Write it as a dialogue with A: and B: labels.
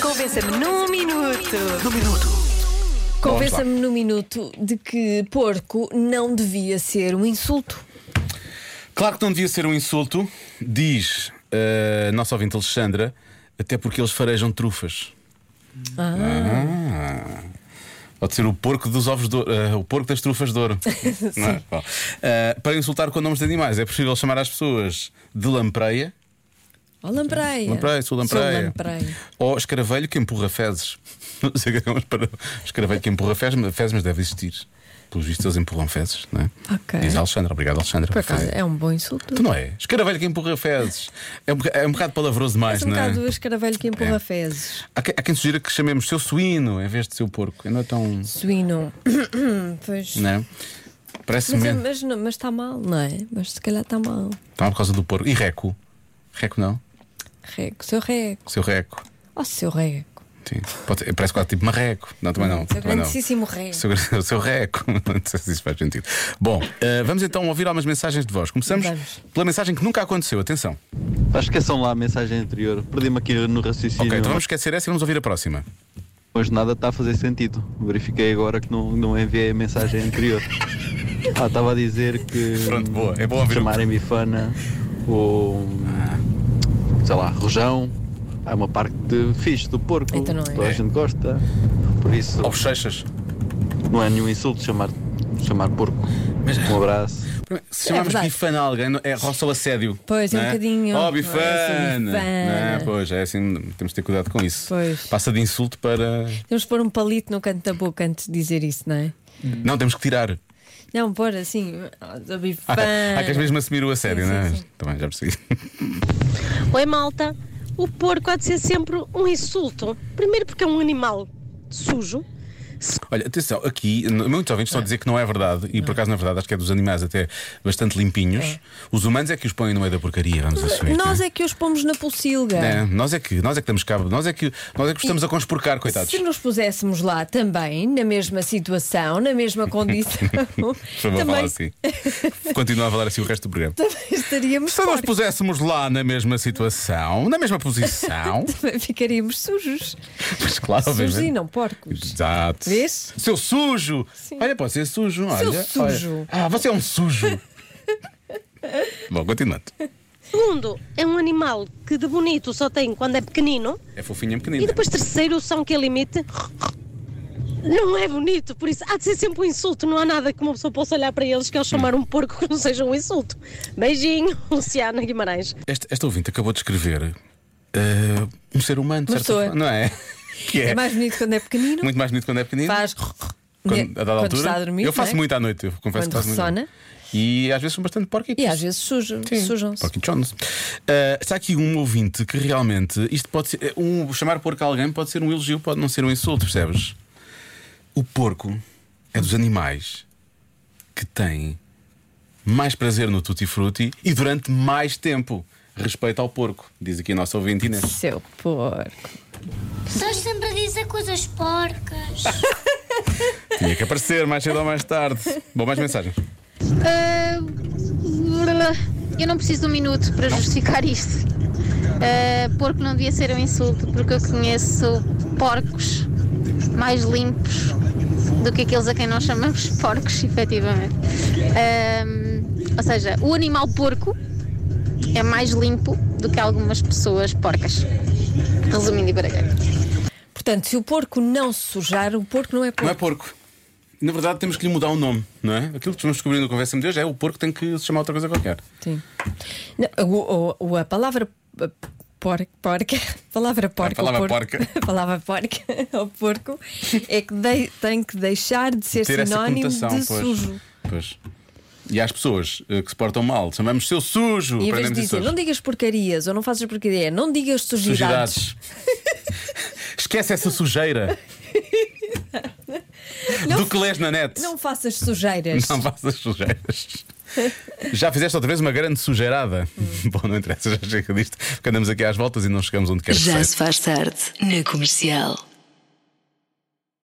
A: Convença-me num minuto.
B: Convença-me no minuto de que porco não devia ser um insulto.
C: Claro que não devia ser um insulto, diz a nossa ouvinte Alexandra, até porque eles farejam trufas. Ah. Pode ser o porco dos ovos de ouro, eh, o porco das trufas de ouro. Não é? Bom, eh, para insultar com nomes de animais, é possível chamar as pessoas de lampreia,
B: Ó, lampreia.
C: lampreia, sou lampreia,
B: Sou lampreia.
C: ou escaravelho que empurra fezes. Não sei o que é, mas para escaravelho que empurra fezes, mas- fezes, mas deve existir. Pelos vistos, eles empurram fezes, não é?
B: Ok.
C: Diz a Alexandra, obrigado, Alexandra.
B: Por acaso, é um bom insulto.
C: Tu não é? Escaravelho que empurra fezes. É um, boca- é um bocado palavroso
B: És
C: demais,
B: um
C: não é?
B: bocado escaravelho que empurra
C: É.
B: fezes.
C: Há, que- há quem sugira que chamemos seu suíno em vez de seu porco. Eu não é tão.
B: Suíno. pois.
C: Não é? Parece-me.
B: Mas, é-
C: menos.
B: mas, não- mas está mal, não é? Mas se calhar está mal.
C: Tá, por causa do porco. E reco? Reco não?
B: Rego, seu rego.
C: Seu reco.
B: Ó, seu rego.
C: Sim. Pode ser- parece quase tipo marreco. Não, também não.
B: Hum, Seu
C: também não.
B: grandíssimo rego.
C: Seu, gra- seu reco. Não sei se isso faz sentido. Bom, eh, vamos então ouvir algumas mensagens de voz. Começamos
B: Vamos.
C: pela mensagem que nunca aconteceu. Atenção.
D: Acho que esqueçam lá a mensagem anterior. Perdi-me aqui no raciocínio.
C: ok, então vamos esquecer essa e vamos ouvir a próxima.
D: Mas nada está a fazer sentido. Verifiquei agora que não, não enviei a mensagem anterior. Ah, estava a dizer que.
C: Pronto, boa. É bom ouvir o-
D: Chamarem bifana ou.
C: Ah.
D: sei lá, rojão. É uma parte de fixe do porco.
B: Então não é.
D: Toda a
C: É.
D: gente gosta. Por isso,
C: Ou bochechas.
D: não é nenhum insulto chamar, chamar porco. Um abraço.
C: Se chamarmos
B: É verdade.
C: bifana a alguém, não- é roça ao assédio.
B: Pois, é um
C: não
B: bocadinho.
C: Oh,
B: Parece um
C: bifana!
B: bifana.
C: Não, pois, é assim, temos de ter cuidado com isso.
B: Pois.
C: Passa de insulto para.
B: Temos de pôr um palito no canto da boca antes de dizer isso, não é?
C: Não, temos que tirar.
B: Não, pôr assim. ó, da
C: Ah,
B: bifana.
C: há que às vezes me assumir o assédio,
B: Sim,
C: não é?
B: sim, sim.
C: Também já percebi.
E: Oi, malta. O porco há de ser sempre um insulto. Primeiro, porque é um animal sujo.
C: Olha, atenção, aqui n- muitos ouvintes estão a dizer que não é verdade, e por acaso não é verdade, acho que é dos animais até bastante limpinhos. Os humanos é que os põem no meio da porcaria, vamos assumir.
B: Nós
C: não
B: é que os pomos na pocilga.
C: É, nós é que nós é que damos cabo, nós é que nós é que estamos a conspurcar, coitados.
B: Se nos puséssemos lá também, na mesma situação, na mesma condição,
C: Foi bom falar
B: também,
C: assim. Continua a falar assim o resto do programa.
B: também estaríamos
C: Se nós
B: porcos,
C: puséssemos lá na mesma situação, na mesma posição,
B: também ficaríamos sujos.
C: mas claro,
B: Sujos e
C: obviamente.
B: não porcos.
C: Exato.
B: Vês?
C: Seu sujo! Olha, pode ser sujo.
B: Seu
C: olha,
B: sujo.
C: olha. Ah, você é um sujo. Bom, continuando.
E: Segundo, é um animal que de bonito só tem quando é pequenino.
C: É fofinha
E: E
C: pequenina.
E: depois, terceiro, o som que ele emite não é bonito. Por isso, há de ser sempre um insulto. Não há nada que uma pessoa possa olhar para eles que eles chamar um porco que não seja um insulto. Beijinho, Luciana Guimarães.
C: Esta, esta ouvinte acabou de escrever eh, um ser humano, de
B: Uma
C: certa
B: pessoa.
C: forma, não é? Que é,
B: É mais bonito quando é pequenino.
C: muito mais bonito quando é pequenino.
B: Faz né,
C: quando, a dada
B: quando
C: altura.
B: está a dormir.
C: eu faço
B: não é?
C: muito à noite, eu
B: Quando
C: confesso que faço
B: ressona.
C: muito. E às vezes são bastante porquitos.
B: E às vezes sujo, sujam-se.
C: Porky Jones. Eh, está aqui um ouvinte que realmente. Isto pode ser. eh, Um, chamar porco a alguém pode ser um elogio, pode não ser um insulto, percebes? O porco é dos animais que tem mais prazer no tutti-frutti e durante mais tempo. Respeito ao porco, diz aqui a nossa ouvinte Inês.
B: Seu porco.
F: Estás sempre a dizer coisas porcas.
C: Tinha que aparecer mais cedo ou mais tarde. Bom, mais mensagens.
G: Ah, eu não preciso de um minuto para justificar isto. Ah, porco não devia ser um insulto, porque eu conheço porcos mais limpos do que aqueles a quem nós chamamos porcos, efetivamente. Ah, ou seja, o animal porco é mais limpo do que algumas pessoas porcas. Resumindo e baralhando.
B: Portanto, se o porco não se sujar, o porco não é porco.
C: Não é porco. Na verdade, temos que lhe mudar o nome, não é? Aquilo que vamos descobrir no Conversa-me de hoje é o porco tem que se chamar outra coisa qualquer.
B: Sim. Não, o- o- o- a palavra uh, por- porca, palavra porca, o
C: palavra
B: porco-
C: porca.
B: a palavra porca ao porco é que dei- tem que deixar de ser
C: ter essa
B: É sinónimo
C: conotação,
B: de
C: pois.
B: sujo.
C: Pois. E às pessoas eh, que se portam mal, chamamos seu sujo.
B: E em vez
C: aprendemos
B: de
C: isso
B: dizer é
C: hoje.
B: não digas porcarias ou não fazes porcaria, é não digas sujidades.
C: Sujidades. Esquece essa sujeira. Do que lês na net.
B: Não faças sujeiras.
C: Não faças sujeiras. Já fizeste outra vez uma grande sujeirada.
B: Hum.
C: Bom, não interessa, já chega disto, porque andamos aqui às voltas e não chegamos onde quer que
H: Já
C: seja.
H: se faz tarde na comercial.